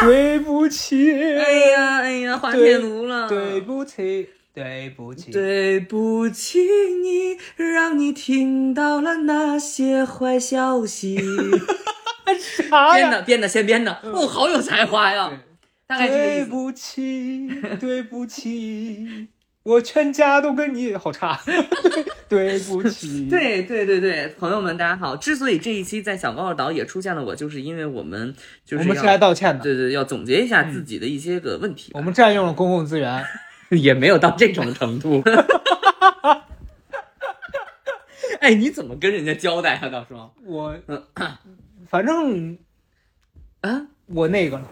对不起，哎呀哎呀，滑铁卢了，对不起，对不起，对不起你，让你听到了那些坏消 息。啥编？的编的现编的，哦，好有才华呀！大概这个意对思。不起，对不起，我全家都跟你好差， 对对不起，， 对对对对，朋友们，大家好！之所以这一期在小报岛也出现了我，就是因为我们就我是嗯们要是来道歉的，对对要总结一下自己的一些个问题吧，我们占用了公共资源， 也没有到这种程度。 哎，你怎么跟人家交代啊？到时候 我嗯，反正啊，我那个了，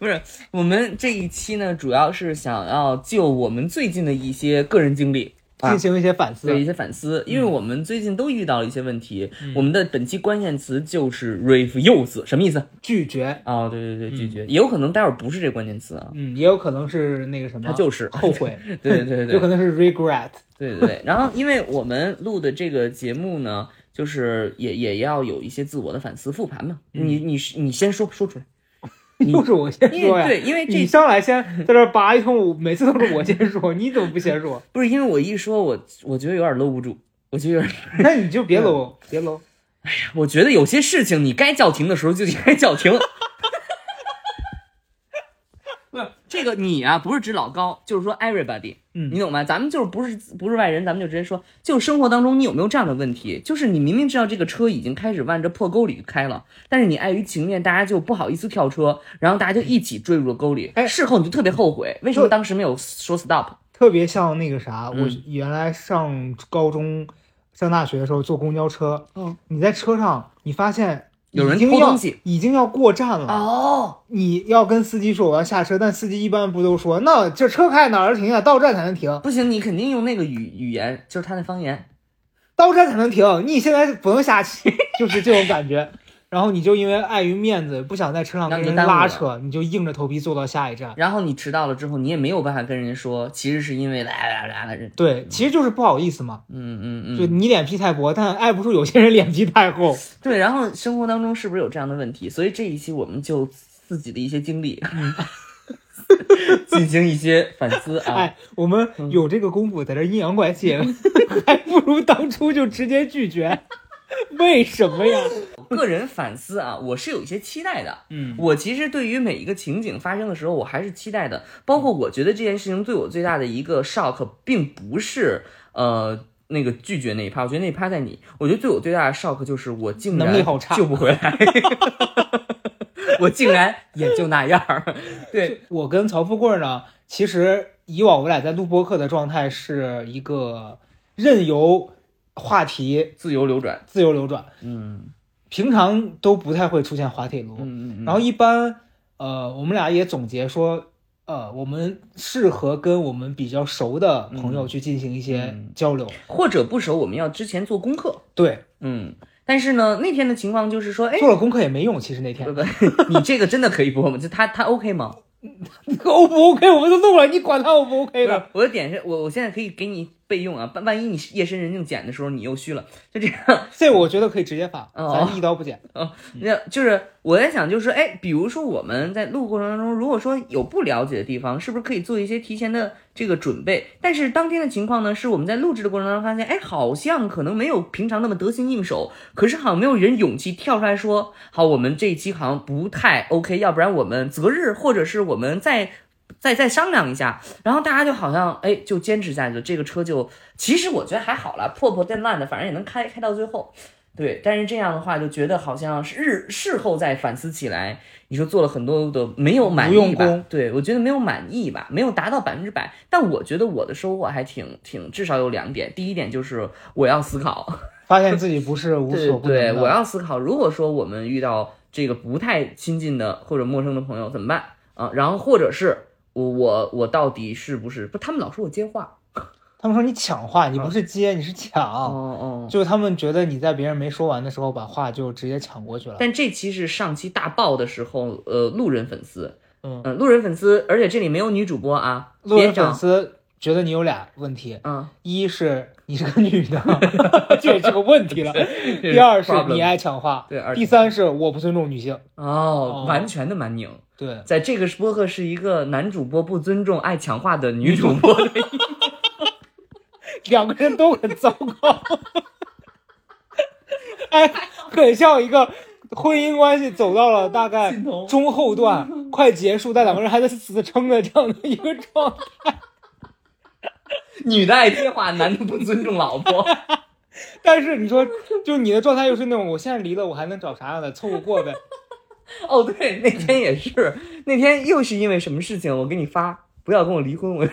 不是，我们这一期呢，主要是想要就我们最近的一些个人经历啊进行一些反思对，一些嗯反思，因为我们最近都遇到了一些问题。我们的本期关键词就是 refuse，什么意思？拒绝，哦，对对对，拒绝，也有可能待会儿不是这关键词啊。嗯，也有可能是那个什么，它就是后悔，啊对 对对有可能是 regret，对对对。然后，因为我们录的这个节目呢，就是也也要有一些自我的反思复盘嘛。你你是你先说说出来， 又是我先因说为呀。对，因为这你上来先在这儿拔一通，我每次都是我先说，你怎么不先 说？不是因为我一说我我觉得有点搂不住，我觉得有点，那你就别搂，嗯别搂。我觉得有些事情你该叫停的时候就应该叫 停。不是这个你啊，不是指老高，就是说 everybody，嗯你懂吗？咱们就是不是不是外人，咱们就直接说，就生活当中你有没有这样的问题？就是你明明知道这个车已经开始往这破沟里开了，但是你碍于情面，大家就不好意思跳车，然后大家就一起坠入了沟里。哎事后你就特别后悔，为什么就当时没有说 stop？特别像那个啥，嗯我原来上高中、上大学的时候坐公交车，嗯，你在车上，你发现有人已经偷要东西，已经要过站了，哦，你要跟司机说我要下车，但司机一般不都说那这车开哪儿停啊？到站才能停，不行，你肯定用那个语语言，就是他那方言。到站才能停，你现在不能下去，就是这种感觉。然后你就因为碍于面子，不想在车上那跟你就人耽误拉了嗯扯，你就硬着头皮坐到下一站。然后你迟到了之后，你也没有办法跟人家说，其实是因为来来来来，对，其实就是不好意思嘛，嗯嗯嗯，就你脸皮太薄，但爱不住有些人脸皮太厚。对，然后生活当中是不是有这样的问题？所以这一期我们就自己的一些经历，嗯 进行一些反思啊。哎，我们有这个功夫在这阴阳怪气， 还不如当初就直接拒绝。为什么呀？我个人反思啊，我是有一些期待的。嗯，我其实对于每一个情景发生的时候，我还是期待的。包括我觉得这件事情对我最大的一个 shock，并不是呃那个拒绝那一趴，我觉得那一趴在你，我觉得对我最大的 shock 就是我竟然能力好差救不回来， 我竟然也就那样儿。对，我跟曹富贵呢，其实以往我俩在录播客的状态是一个任由话题自由流转，自由流转，嗯平常都不太会出现滑铁卢。嗯嗯，然后一般，呃，我们俩也总结说，呃，我们适合跟我们比较熟的朋友去进行一些嗯交流。或者不熟，我们要之前做功课。对，嗯，但是呢，那天的情况就是说，哎，做了功课也没用，其实那天 不不，你这个真的可以播吗？就他他 OK 吗？ O 不 OK，我们都录了，你管他 O 不 OK 不是了。，我的点是我我现在可以给你备用啊，万万一你夜深人静剪的时候你又虚了，就这样。这我觉得可以直接发，嗯哦咱一刀不剪。那就是我在想，就是哎，比如说我们在录过程当中，如果说有不了解的地方，是不是可以做一些提前的这个准备？但是当天的情况呢，是我们在录制的过程当中发现，哎，好像可能没有平常那么得心应手，可是好像没有人勇气跳出来说，好，我们这一期好像不太 OK，要不然我们择日或者是我们再。再再商量一下，然后大家就好像哎，就坚持下去了。这个车就其实我觉得还好啦，破破烂烂的，反正也能开开到最后。对，但是这样的话就觉得好像是日事后再反思起来，你说做了很多的没有满无用意吧功？对，我觉得没有满意吧，没有达到百分之百。但我觉得我的收获还挺挺，至少有两点。第一点就是我要思考，发现自己不是无对所不能对，的。我要思考，如果说我们遇到这个不太亲近的或者陌生的朋友怎么办啊？然后或者是我我我到底是不是不？他们老说我接话，他们说你抢话，你不是接，你是哦抢。哦。就是他们觉得你在别人没说完的时候，把话就直接抢过去了。但这期是上期大爆的时候，呃，路人粉丝，嗯路人粉丝，而且这里没有女主播啊，路人别找粉丝觉得你有俩问题，嗯，一是你是个女的， 这也是个问题了；第二是你爱抢话；对，而第三是我不尊重女性。哦哦，完全的蛮拧。对，在这个播客是一个男主播不尊重爱强化的女主播的 两个人都很糟糕。 哎，很像一个婚姻关系走到了大概尽头中后 段，快结束，但两个人还在死撑的这样的一个状态。女的爱贴话，男的不尊重老婆。但是你说，就你的状态又是那种，我现在离了，我还能找啥样的凑合过呗？ 哦，对，那天也是，那天又是因为什么事情，我给你发不要跟我离婚，我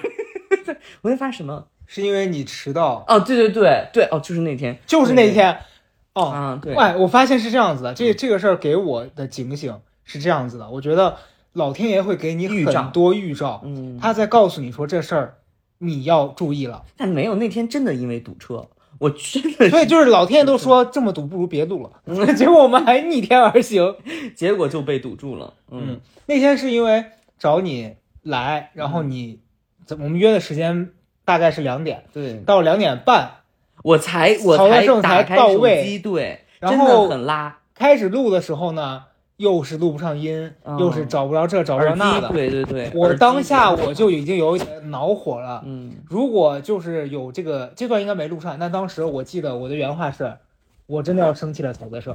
我在发什么？ 是因为你迟到，哦，对对对对，哦，就是那天就是那天。哦，啊，对，嗯哎，我发现是这样子的，这这个事儿给我的警醒是这样子的，我觉得老天爷会给你预兆很多预兆，嗯，他在告诉你说这事儿你要注意 了。但没有那天真的因为堵车，我真的所以就是老天爷都说这么赌不如别赌了，结果我们还逆天而行。 结果就被堵住了。嗯嗯，那天是因为找你来，然后嗯你，怎我们约的时间大概是两点对，到两点半，我才我曹德才胜打才开到手位机，对，然真后的很拉开始录的时候呢，又是录不上音，哦又是找不着这找不耳着机，那的。对对对，我耳机当下我就已经有一点恼火了。嗯。如果就是有这个这段应该没录上，但当时我记得我的原话是，我真的要生气了，曹德 胜。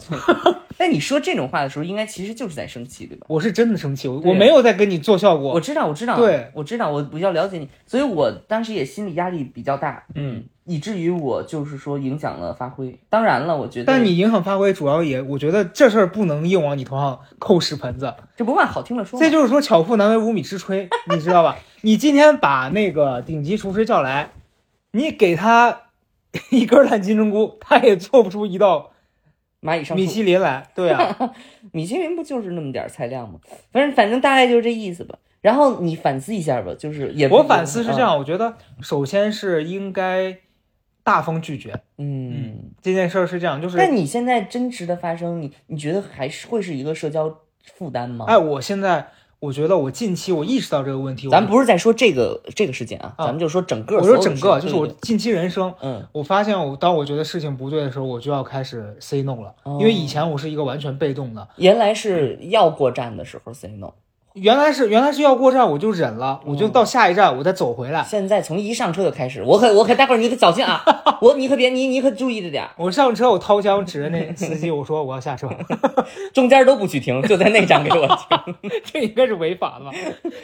那你说这种话的时候，应该其实就是在生气，对吧？我是真的生气，我对我没有在跟你做效果我，知道，我知道，对，我知道，我比较了解你，所以我当时也心理压力比较大，嗯，以至于我就是说影响了发挥。当然了，我觉得，但你影响发挥主要也，我觉得这事儿不能硬往你头上扣屎盆子。这不往好听了说嘛，这就是说，巧妇难为无米之 炊，你知道吧？你今天把那个顶级厨师叫来，你给他 一根烂金针菇，他也做不出一道蚂蚁上树米其林来。对 啊，米其林不就是那么点儿菜量吗？反正反正大概就是这意思吧。然后你反思一下吧，就是也我反思是这嗯样，我觉得首先是应该大方拒绝嗯。这件事儿是这样，就是但你现在真实的发生，你你觉得还是会是一个社交负担吗？哎，我现在我觉得我近期我意识到这个问题，我咱不是在说这个这个事件啊，啊咱们就说整个我所说有的事整情，个就是我对对近期人生，对嗯我发现我当我觉得事情不对的时候，我就要开始 say no 了，哦因为以前我是一个完全被动的，原来是要过站的时候 say no，原来是原来是要过站我就忍了，我哦就到下一站我再走回来。现在从一上车就开始，我可我可待会儿你可小心啊，我你可别你你可注意着点儿，我上车，我掏枪指着那司机，我说我要下 车，中间都不许停，就在那站给我停。这应该是违法的吧？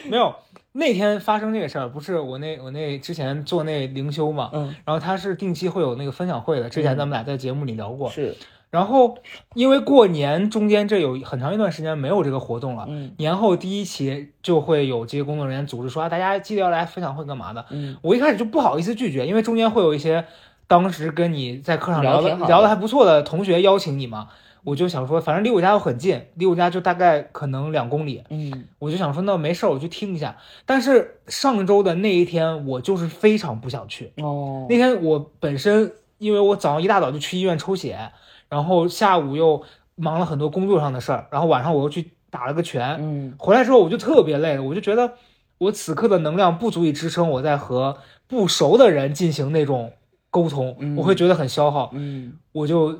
没有，那天发生这个事儿，不是我那我那之前做那灵修嘛，嗯，然后他是定期会有那个分享会的，之前咱们俩在节目里聊过。 是，然后因为过年中间这有很长一段时间没有这个活动了，嗯年后第一期就会有这些工作人员组织说，啊大家记得要来分享会干嘛的。嗯我一开始就不好意思拒绝，因为中间会有一些当时跟你在课上聊聊的挺好的聊的还不错的同学邀请你嘛，我就想说，反正离我家又很近，离我家就大概可能两公里，嗯，我就想说那没事儿，我去听一下。但是上周的那一天，我就是非常不想去。哦那天我本身因为我早上一大早就去医院抽血，然后下午又忙了很多工作上的事儿，然后晚上我又去打了个拳，嗯回来之后我就特别累了，我就觉得我此刻的能量不足以支撑我在和不熟的人进行那种沟通，嗯我会觉得很消耗，嗯我就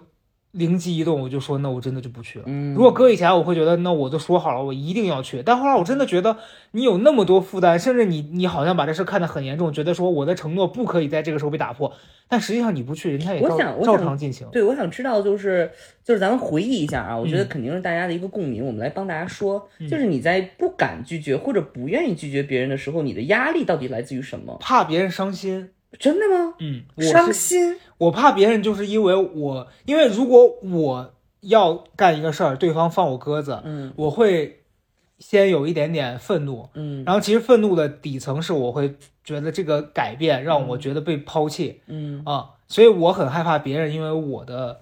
灵机一动，我就说那我真的就不去了。嗯，如果搁以前，我会觉得那我都说好了，我一定要去。但后来我真的觉得你有那么多负担，甚至你你好像把这事看得很严重，觉得说我的承诺不可以在这个时候被打破。但实际上你不去，人家也我照想我照想常进行。对，我想知道就是就是咱们回忆一下啊，我觉得嗯肯定是大家的一个共鸣，我们来帮大家说，就是你在不敢拒绝或者不愿意拒绝别人的时候，你的压力到底来自于什么？怕别人伤心，真的吗？嗯，我是伤心？我怕别人就是因为我，因为如果我要干一个事儿，对方放我鸽子，嗯我会先有一点点愤怒，嗯然后其实愤怒的底层是我会觉得这个改变让我觉得被抛弃嗯。啊，所以我很害怕别人因为我的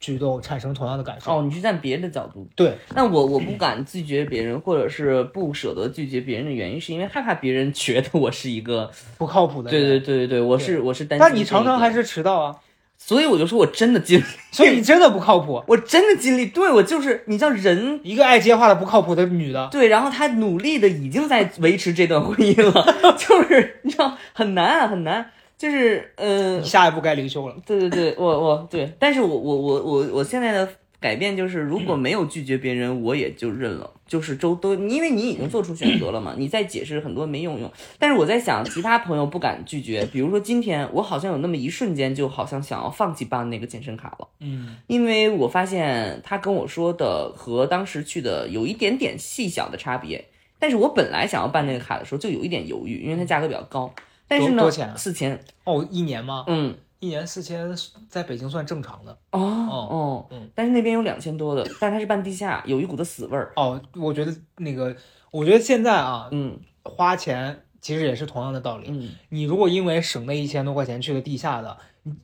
举动产生同样的感受。哦，你是站别的角度。对，那我我不敢拒绝别人，或者是不舍得拒绝别人的原因，是因为害怕别人觉得我是一个。 不靠谱的对人。对对对对，我对是我是担心这一点。但你常常还是迟到啊，所以我就说我真的尽力，所以你真的不靠谱，我真的尽力。对我就是，你知道人一个爱接话的不靠谱的女的，对，然后他努力的已经在维持这段婚姻了， 就是你知道很难啊，很难，就是呃你，下一步该灵修了。对对对，我我对，但是我我我我我现在的改变就是，如果没有拒绝别人，我也就认了，就是周都，因为你已经做出选择了嘛，你再解释很多没用用。但是我在想，其他朋友不敢拒绝，比如说今天我好像有那么一瞬间，就好像想要放弃办那个健身卡了。嗯因为我发现他跟我说的和当时去的有一点点细小的差别，但是我本来想要办那个卡的时候就有一点犹豫，因为它价格比较高。但是多呢，多钱啊四千，哦，一年吗？嗯，一年四千，在北京算正常的。哦哦哦，嗯但是那边有两 千多的，但它是办地下，有一股的死味儿。哦，我觉得那个，我觉得现在啊，嗯花钱其实也是同样的道理。嗯，你如果因为省那一千多块钱去了地下的，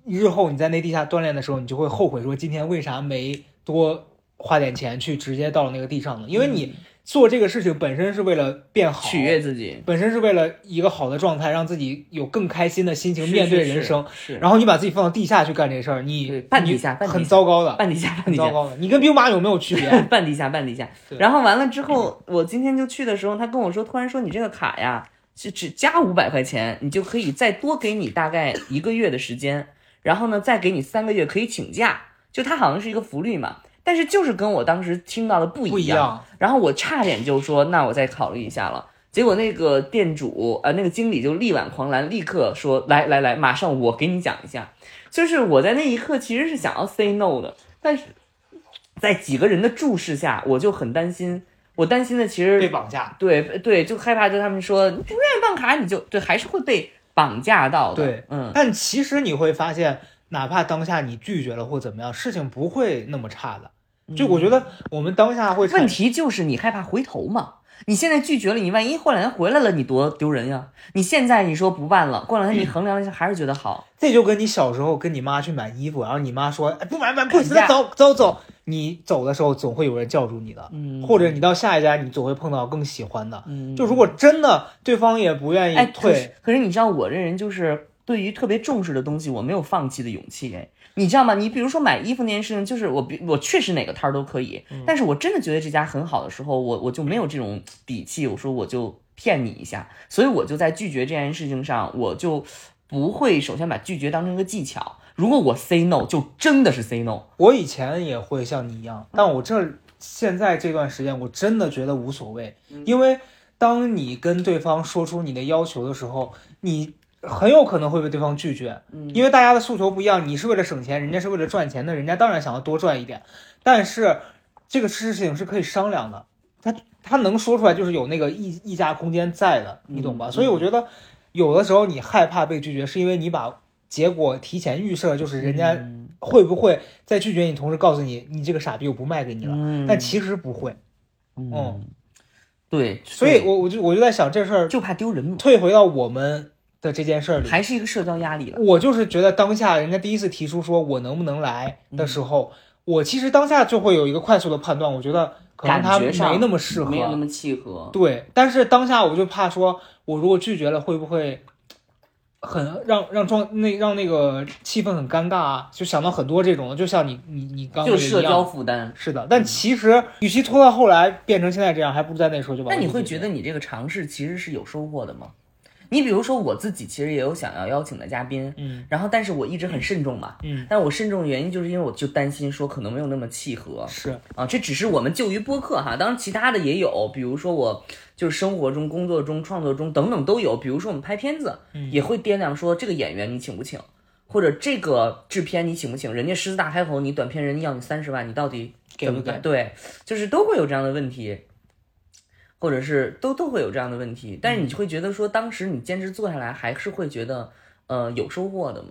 你日后你在那地下锻炼的时候，你就会后悔说今天为啥没多花点钱去直接到那个地上呢？因为你做这个事情本身是为了变好，嗯取悦自己，本身是为了一个好的状态，让自己有更开心的心情是面对是人生。是，然后你把自己放到地下去干这事儿，你对半地下你半地下很糟糕的，办地下，办很地糟 下。糕的。你跟兵马俑没有区别。办地下，办地下。对然后完了之后，我今天就去的时候，他跟我说，突然说你这个卡呀，是只加五百块钱，你就可以再多给你大概一个月的时间，然后呢，再给你三个月可以请假，就它好像是一个福利嘛。但是就是跟我当时听到的不不一一样，样，然后我差点就说，那我再考虑一下了。结果那个店主呃，那个经理就力挽狂澜，立刻说：“来来来，马上我给你讲一下。”就是我在那一刻其实是想要 say no 的，但是在几个人的注视下，我就很担心。我担心的其实被绑架。对对，就害怕，就他们说你不愿意办卡，你就对，还是会被绑架到的。对嗯，但其实你会发现，哪怕当下你拒绝了或怎么样，事情不会那么差的。嗯就我觉得我们当下会产 问题就是你害怕回头嘛。你现在拒绝了，你万一过两天回来了，你多丢人呀！你现在你说不办了，过两天你衡量了一下，还是觉得好，这就跟你小时候跟你妈去买衣服，然后你妈说、哎、不买买不砍行价走走走，你走的时候总会有人叫住你的，嗯，或者你到下一家你总会碰到更喜欢的。嗯，就如果真的对方也不愿哎意可是退，可是你知道我这人就是对于特别重视的东西，我没有放弃的勇气哎。你知道吗？你比如说买衣服那件事情，就是我比我确实哪个摊儿都可以，但是我真的觉得这家很好的时候，我我就没有这种底气，我说我就骗你一下，所以我就在拒绝这件事情上，我就不会首先把拒绝当成一个技巧。如果我 say no，就真的是 say no。我以前也会像你一样，但我这现在这段时间我真的觉得无所谓，嗯因为当你跟对方说出你的要求的时候，你很有可能会被对方拒绝，嗯因为大家的诉求不一样，你是为了省钱，人家是为了赚钱的，人家当然想要多赚一点，但是这个事情是可以商量的，他他能说出来就是有那个议议价空间在的，你懂吧？嗯所以我觉得有的时候你害怕被拒绝，是因为你把结果提前预设，就是人家嗯会不会在拒绝你同时告诉你，你这个傻逼我不卖给你了？嗯但其实不会，嗯，对，所以我我就我就在想这事儿，就怕丢人嘛，退回到我们的这件事儿里，还是一个社交压力了。我就是觉得当下人家第一次提出说我能不能来的时候，我其实当下就会有一个快速的判断，我觉得可能他感觉上没那么适没有那合，么契合。对，但是当下我就怕说，我如果拒绝了会不会？很让让状那让那个气氛很尴尬啊，就想到很多这种的，就像你你你刚就刚也一社样交负担。是的，但其实与其拖到后来变成现在这样，还不如在那时候就把那问题你解决。会觉得你这个尝试其实是有收获的吗？你比如说我自己其实也有想要邀请的嘉宾，嗯，然后但是我一直很慎重嘛，嗯，但我慎重的原因就是因为我就担心说可能没有那么契合是啊，这只是我们就于播客哈，当然其他的也有，比如说我就是生活中、工作中、创作中等等都有，比如说我们拍片子、嗯也会掂量说这个演员你请不请，或者这个制片你请不请，人家狮子大开口，你短片人家要你三十万，你到底给不对给？对，就是都会有这样的问题，或者是都都会有这样的问题。嗯但是你会觉得说，当时你坚持做下来，还是会觉得呃有收获的嘛？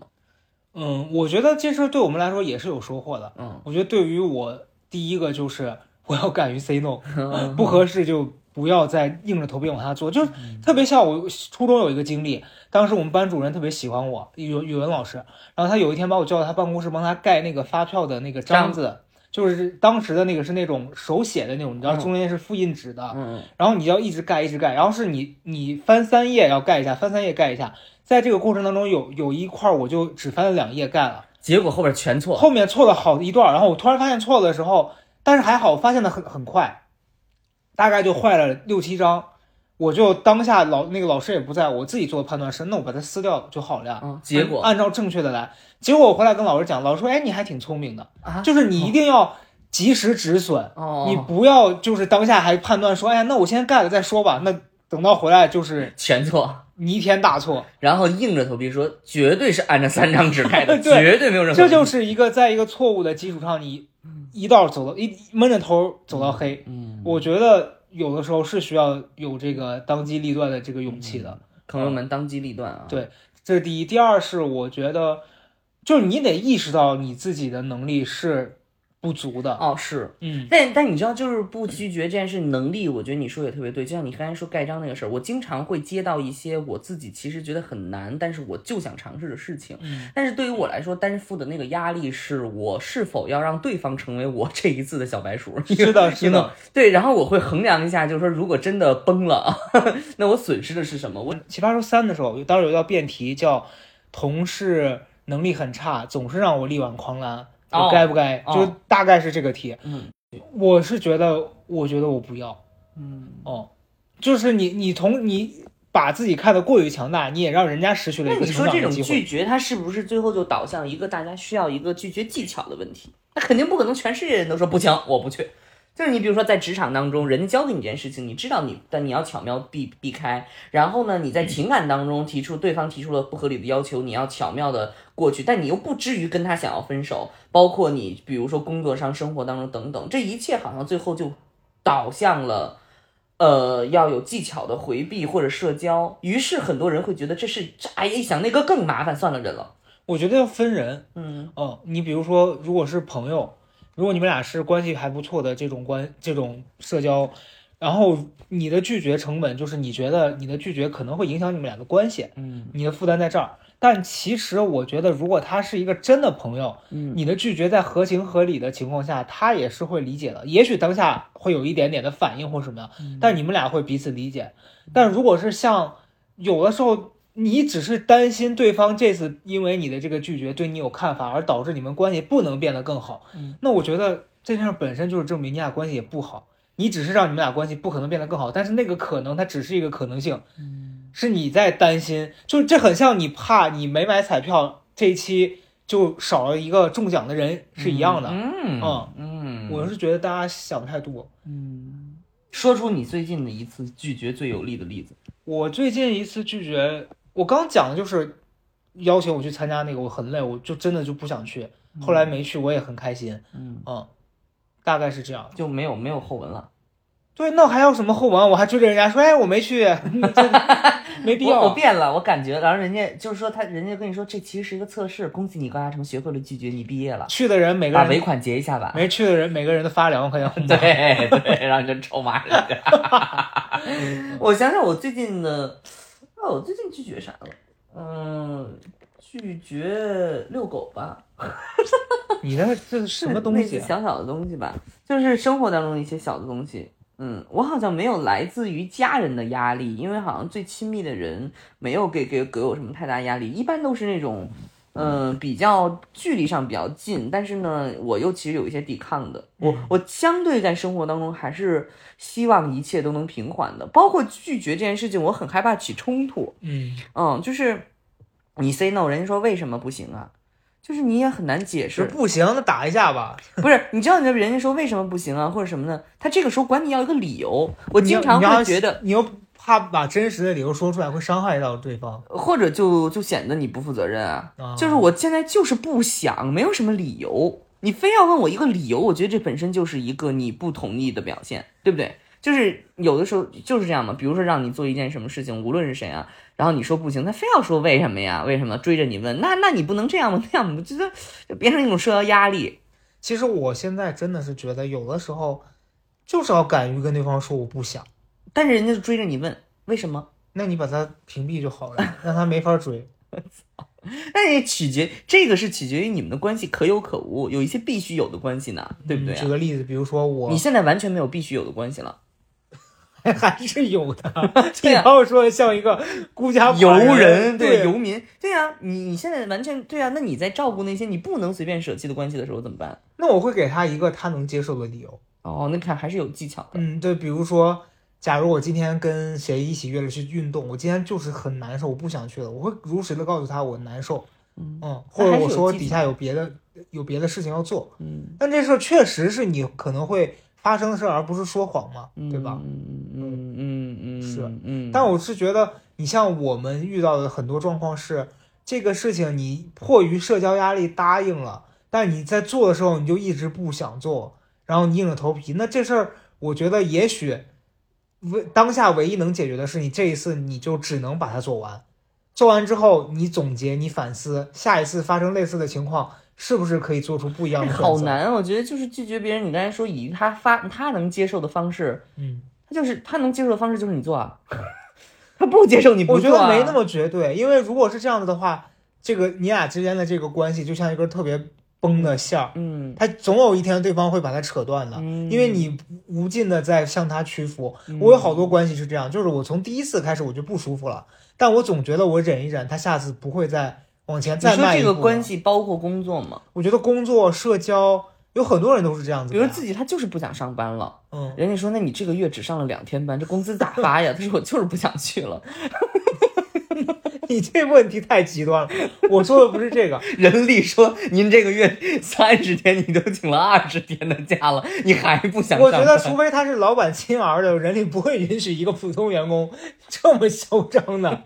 嗯，我觉得这事儿对我们来说也是有收获的。嗯，我觉得对于我第一个就是我要敢于 say no，、嗯、不合适就不要再硬着头皮往下做。就是嗯特别像我初中有一个经历，当时我们班主任特别喜欢我，语语文老师，然后他有一天把我叫到他办公室，帮他盖那个发票的那个章章子。就是当时的那个是那种手写的那种，你知道嗯中间是复印纸的，嗯，然后你要一直盖，一直盖，然后是你你翻三页要盖一下，翻三页盖一下，在这个过程当中有有一块儿我就只翻了两页盖了，结果后边全错，后面错了好一段，然后我突然发现错的时候，但是还好发现的很很快，大概就坏了六七章。我就当下老那个老师也不在，我自己做判断是，那我把它撕掉就好了呀。嗯，结果按照正确的来，结果我回来跟老师讲，老师说，哎，你还挺聪明的，啊，就是你一定要及时止损，哦，嗯啊你不要就是当下还判断说，哎呀，那我先盖了再说吧。那等到回来就是全错，弥天大错，然后硬着头皮说绝对是按照三张纸开的， 对绝对没有任何问题。这就是一个在一个错误的基础上，你一道走到一闷着头走到黑。嗯，我觉得有的时候是需要有这个当机立断的这个勇气的，朋友们当机立断啊，对这是第一。第二是我觉得，就是你得意识到你自己的能力是不足的。哦是，嗯但但你知道，就是不拒绝这件事，能力，我觉得你说得也特别对。就像你刚才说盖章那个事儿，我经常会接到一些我自己其实觉得很难，但是我就想尝试的事情。嗯，但是对于我来说，担负的那个压力是我是否要让对方成为我 这一次的小白鼠。是的，是听懂的。对，然后我会衡量一下，就是说，如果真的崩了，啊 那我损失的是什么？我奇葩说三的时候，当时有一道辩题叫“同事能力很差，总是让我力挽狂澜”，哦我该不该？哦就大概是这个题。嗯我是觉得，我觉得我不要。嗯，哦，就是你你同你把自己看得过于强大，你也让人家失去了那一你个成说长这的种机拒会。绝，它是不是最后就导向一个大家需要一个拒绝技巧的问题？那肯定不可能全世界人都说不行，我不去。就是你比如说在职场当中，人家交给你这件事情，你知道你，但你要巧妙避避开。然后呢，你在情感当中提出对方提出了不合理的要求，你要巧妙的过去，但你又不至于跟他想要分手。包括你比如说工作上、生活当中等等，这一切好像最后就导向了。呃，要有技巧的回避或者社交，于是很多人会觉得这是这，哎呀，一想那个更麻烦，算了，忍了。我觉得要分人。嗯哦，你比如说，如果是朋友，如果你们俩是关系还不错的这种关这种社交，然后你的拒绝成本就是你觉得你的拒绝可能会影响你们俩的关系，嗯你的负担在这儿。但其实我觉得，如果他是一个真的朋友，嗯，你的拒绝在合情合理的情况下，他也是会理解的。也许当下会有一点点的反应或什么样，但你们俩会彼此理解。但如果是像有的时候，你只是担心对方这次因为你的这个拒绝对你有看法，而导致你们关系不能变得更好嗯，那我觉得这件事本身就是证明你俩关系也不好。你只是让你们俩关系不可能变得更好，但是那个可能它只是一个可能性，嗯是你在担心，就是这很像你怕你没买彩票这一期就少了一个中奖的人是一样的。嗯嗯嗯，我是觉得大家想太多。嗯，说出你最近的一次拒绝最有力的例子。我最近一次拒绝，我刚讲的就是邀请我去参加那个，我很累，我就真的就不想去。后来没去，我也很开心。嗯，嗯，大概是这样。就没有没有后文了。对，那还要什么后文？我还追着人家说，哎，我没去， 这没必我我要。变了，我感觉，然后人家就是说他，人家跟你说这其实是一个测试，恭喜你高嘉诚学会了拒绝，你毕业了，去的人每个把尾人款结一下吧。没去的人每个人都发两万块 钱红包。对对，然后你就臭骂人家。 我想想，我最近的，啊，我最近拒绝啥了？嗯，拒绝遛狗吧，你那这是什么东那西些啊？小小的东西吧，就是生活当中一些小的东西。嗯，我好像没有来自于家人的压力，因为好像最亲密的人没有给给给我什么太大压力，一般都是那种，嗯、比较距离上比较近，但是呢，我又其实有一些抵抗的。我我相对在生活当中还是希望一切都能平缓的，包括拒绝这件事情，我很害怕起冲突。嗯，嗯，就是你 say no，人家说为什么不行啊？就是你也很难解释就，不行，那打一架吧。不是，你知道你的人家说为什么不行啊，或者什么呢？他这个时候管你要一个理由，我你要经常你要会觉得，你又怕把真实的理由说出来，会伤害到对方。或者就就显得你不负责任啊。啊就是我现在就是不想，没有什么理由，你非要问我一个理由，我觉得这本身就是一个你不同意的表现，对不对？就是有的时候就是这样嘛，比如说让你做一件什么事情，无论是谁啊，然后你说不行，他非要说为什么呀？为什么追着你问？那那你不能这样吗？ 那样我觉得就变成一种社交压力。其实我现在真的是觉得，有的时候就是要敢于跟对方说我不想，但是人家就追着你问为什么？那你把他屏蔽就好了，让他没法追。那也取决，这个是取决于你们的关系可有可无，有一些必 须有的关系呢，对不嗯对举啊？个例子，比如说我你现在完全没有必须有的关系了， 还是有的。 对你呀把我说的像一个孤家寡游人，对对游民，对啊，你你现在完全对啊，那你在照顾那些你不能随便舍弃的关系的时候怎么办？那我会给他一个他能接受的理由。哦，那看还是有技巧的。嗯，对，比如说，假如我今天跟谁一起约了去运动，我今天就是很难受，我不想去了，我会如实的告诉他我难受。嗯嗯，那或者还是我有说技底巧下有别的有别的事情要做，嗯，但这事儿确实是你可能会发生的事儿，而不是说谎嘛，对吧？嗯嗯嗯嗯，是嗯，但我是觉得，你像我们遇到的很多状况是，这个事情你迫于社交压力答应了，但你在做的时候你就一直不想做，然后你硬着头皮，那这事儿我觉得也许唯当下唯一能解决的是，你这一次你就只能把它做完，做完之后你总结你反思，下一次发生类似的情况是不是可以做出不一样哎的选择？好，难，我觉得就是拒绝别人。你刚才说以他发他能接受的方式，嗯。他就是他能接受的方式就是你 做啊，他不接受你不我觉做、啊。得没那么绝对，因为如果是这样子的话，这个你俩之间的这个关系就像一根特别绷的线儿，嗯，它总有一天对方会把它扯断的，嗯因为你无尽的在向他屈服。嗯我有好多关系是这样，就是我从第一次开始我就不舒服了，但我总觉得我忍一忍，他下次不会再往前你再说迈一这步了。个关系包括工作吗？我觉得工作、社交有很多人都是这样子比的如呀，说自己他就是不想上班了，嗯， 人家说那你这个月只上了两天班，这工资咋发呀？他说我就是不想去了，你这问题太极端了。我说的不是这个，人力说您这个月三十天，你都请了二十天的假了，你还不想我上觉班？得，除非他是老板亲儿子，人力不会允许一个普通员工这么嚣张的。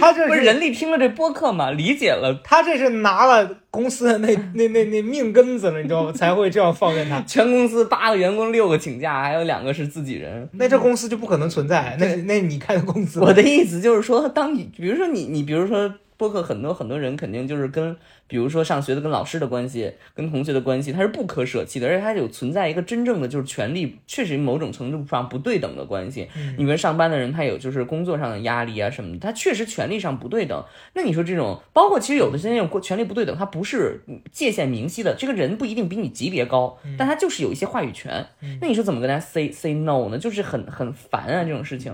他这不是是人力听了这播客嘛，理解了他这是拿了公司的那那那那命根子了，你知道吗？才会这样放任他。全公司八个员工，六个请假，还有两个是自己人。那这公司就不可能存在，那那你开的公司，我的意思就是说，当你比如说你你比如说播客，很多很多人肯定就是跟比如说上学的跟老师的关系，跟同学的关系，它是不可舍弃的，而且它有存在一个真正的就是权利确实某种程度上不对等的关系。你跟上班的人，他有就是工作上的压力啊什么的，他确实权利上不对等。那你说这种，包括其实有的现在有权利不对等，他不是界限明晰的，这个人不一定比你级别高，但他就是有一些话语权。那你说怎么跟他 say say no 呢？就是很很烦啊这种事情。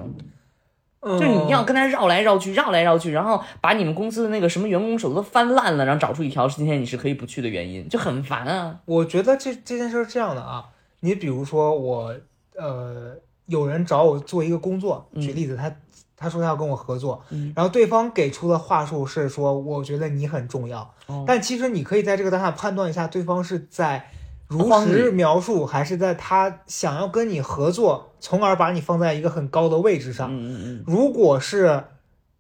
就就是你要跟他绕来绕去，绕来绕去，然后把你们公司的那个什么员工手都翻烂了，然后找出一条是今天你是可以不去的原因，就很烦啊。我觉得这这件事儿是这样的啊，你比如说我，呃，有人找我做一个工作，举例子，他他说他要跟我合作，嗯然后对方给出的话术是说，我觉得你很重要，哦但其实你可以在这个当下判断一下，对方是在如慌实里描述，还是在他想要跟你合作，从而把你放在一个很高的位置上。嗯嗯如果是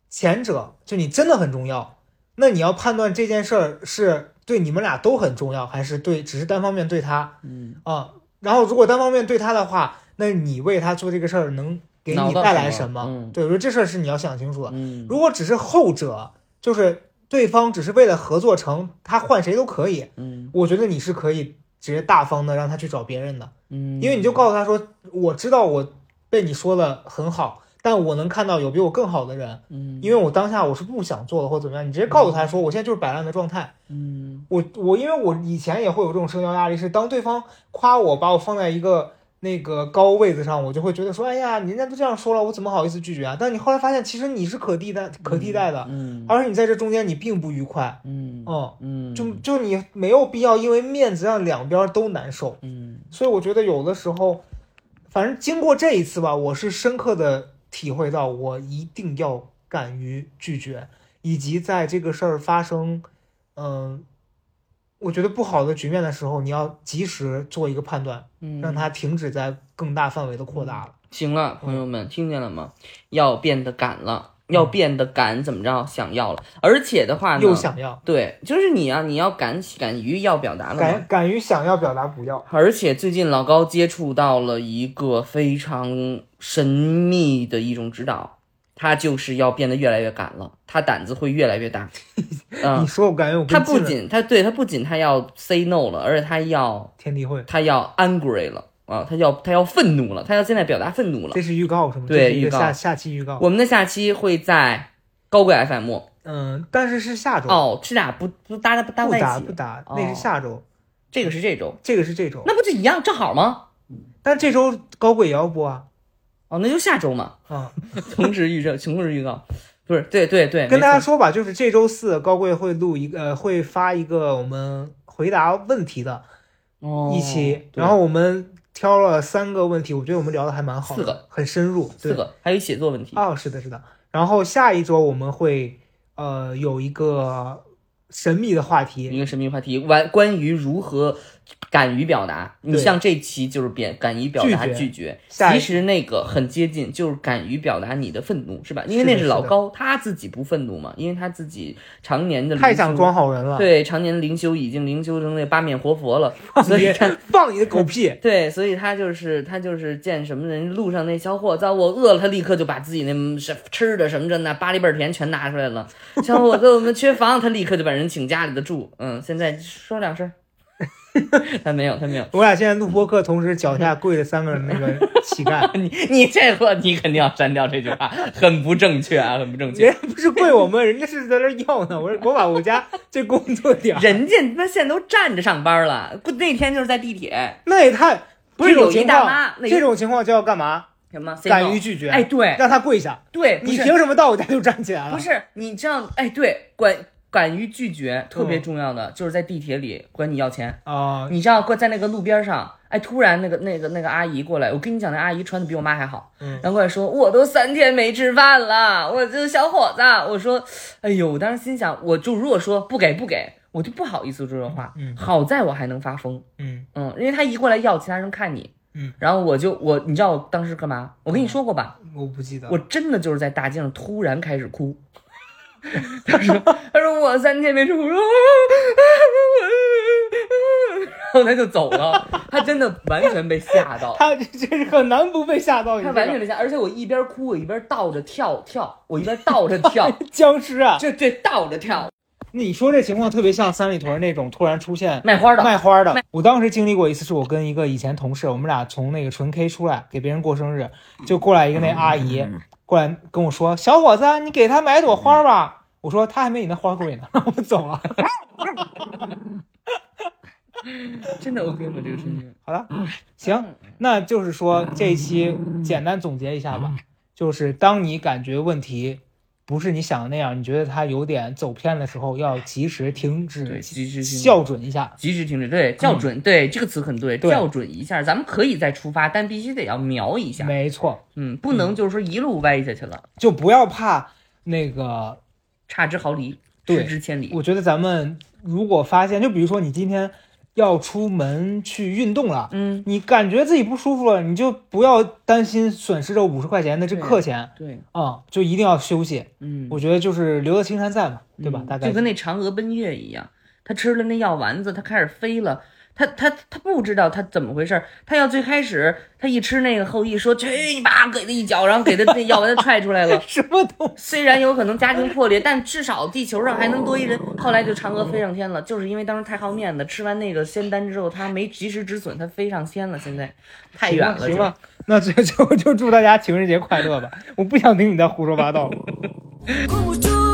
前者，就你真的很重要，那你要判断这件事儿是对你们俩都很重要，还是对只是单方面对他嗯啊、然后如果单方面对他的话，那你为他做这个事儿能给挠你到带来什什么么？嗯对，我觉得这事儿是你要想清楚的。嗯如果只是后者，就是对方只是为了合作成，他换谁都可以，嗯我觉得你是可以直接大方的让他去找别人的。嗯，因为你就告诉他说，我知道我被你说的很好，但我能看到有比我更好的人，嗯因为我当下我是不想做的或者怎么样，你直接告诉他说，我现在就是摆烂的状态。嗯我我因为我以前也会有这种社交压力，是当对方夸我，把我放在一个那个高位子上，我就会觉得说，哎呀，人家都这样说了，我怎么好意思拒绝啊？但你后来发现，其实你是可替代可替代的，嗯而你在这中间你并不愉快，嗯嗯，嗯就就你没有必要因为面子让两边都难受。嗯所以我觉得有的时候，反正经过这一次吧，我是深刻的体会到，我一定要敢于拒绝，以及在这个事儿发生，嗯、我觉得不好的局面的时候，你要及时做一个判断，嗯，让它停止在更大范围的扩大了。行了，朋友们，听见了吗？要变得敢了，要变得敢怎么着？想要了，而且的话呢，嗯又想要，对，就是你啊，你要敢敢于要表达了嘛。敢敢于想要表达不要，而且最近老高接触到了一个非常神秘的一种指导，他就是要变得越来越敢了，他胆子会越来越大。 嗯你，说我感觉我他跟不进了仅他对他不仅他要 say no 了，而且他要天地会，他要 angry 了啊，他要他要愤怒了，他要现在表达愤怒了。这是预告是吗？对这是一预个告下下期预告，我们的下期会在高贵 FM 嗯，但是是下周，哦，这俩不不搭搭不搭不在打一不起，打，哦那是下周，这个是这周，这个是这周。那不就一样正好吗？但这周高贵也要播啊，哦，那就下周嘛， 啊，同时预热，同时预告，不是，对对对，跟没大家错说吧，就是这周四高贵会录一个，呃，会发一个我们回答问题的哦一期，对然后我们挑了三个问题，我觉得我们聊的还蛮好的，四个很深入，对四个，还有写作问题，哦，是的，是的。然后下一周我们会呃有一个神秘的话题，一个神秘话题，完关于如何敢于表达。你对像这期就是变敢于表达拒绝拒绝，下一其实那个很接近，就是敢于表达你的愤怒，是吧？因为是的那是老是的高他自己不愤怒嘛，因为他自己常年的太灵想修装好人了，对常年灵修已经灵修成那八面活佛了，所以他放你的狗屁！对，所以他就是他就是见什么人，路上那小伙子，我饿了，他立刻就把自己那什吃的什么的那八里倍儿甜全拿出来了。小伙子，我们缺房，他立刻就把人请家里的住。嗯，现在说两声，他没有，他没有。我俩现在录播客，同时脚下跪着三个那个乞丐，你你这个你肯定要删掉这句话，很不正确啊，很不正确 人。家不是跪我 们，人家是在那儿要呢。我说我把我家这工 作点儿，人家他妈现在都站着上班了，不那天就是在地铁，那也太不是这种有一情大况妈，那有这种情况就要干嘛？什么 say 敢 no 于拒绝，哎，对让他跪下。对，不你是凭什么到我家就站起来了？不是你这样，哎，对，管敢于拒绝特别重要嗯的，就是在地铁里管你要钱。啊，你知道，过在那个路边上，哎，突然那个那个那个阿姨过来，我跟你讲，那阿姨穿的比我妈还好，嗯然后过来说，我都三天没吃饭了，我这小伙子，我说，哎呦，我当时心想，我就如果说不给不给，我就不好意思说这话，嗯好在我还能发疯，嗯嗯，因为他一过来要，其他人看你，嗯，然后我就我，你知道我当时干嘛？我跟你说过吧，我不记得，我真的就是在大街上突然开始哭。他说：“他说我三天没吃，我说啊啊啊啊然后他就走了，他真的完全被吓到，他这这是很难不被吓到，你他知道完吗全被吓，而且我一边哭我一边倒着跳跳，我一边倒着跳，僵尸啊！这这倒着跳，你说这情况特别像三里屯那种突然出现卖花的，卖花的卖。我当时经历过一次，是我跟一个以前同事，我们俩从那个纯 K 出来给别人过生日，就过来一个那阿姨嗯过来跟我说：“小伙子，你给他买朵花吧。”我说：“他还没你那花贵呢。” 我走了。嗯真的 OK 吗？这个瞬间，好了，行，那就是说这一期简单总结一下嗯吧，就是当你感觉问题不是你想的那样，你觉得它有点走偏的时候，要及时停对，止，及时性校准一下。及时停止，对，校准，对这个词很对，对校准一下，咱们可以再出发，但必须得要瞄一下，没错，嗯，不能就是说一路歪下去了。就不要怕那个差之毫厘，对失之千里。我觉得咱们如果发现，就比如说你今天要出门去运动了，嗯，你感觉自己不舒服了，你就不要担心损失这五十块钱的这对课钱对，啊、就一定要休息。嗯，我觉得就是留得青山在嘛，对吧？嗯大概。就跟那嫦娥奔月一样，她吃了那药丸子，她开始飞了。她她她不知道她怎么回事儿，她要最开始她一吃那个后羿说去你妈给她一脚，然后给她那药丸子踹出来了 什么东西虽然有可能家庭破裂，但至少地球上还能多一人。后来就嫦娥飞上天了，就是因为当时太好面子，吃完那个仙丹之后，她没及时止损，她飞上天了。现在太远了，啊行吧，那最后就祝大家情人节快乐吧！我不想听你再胡说八道了。控不住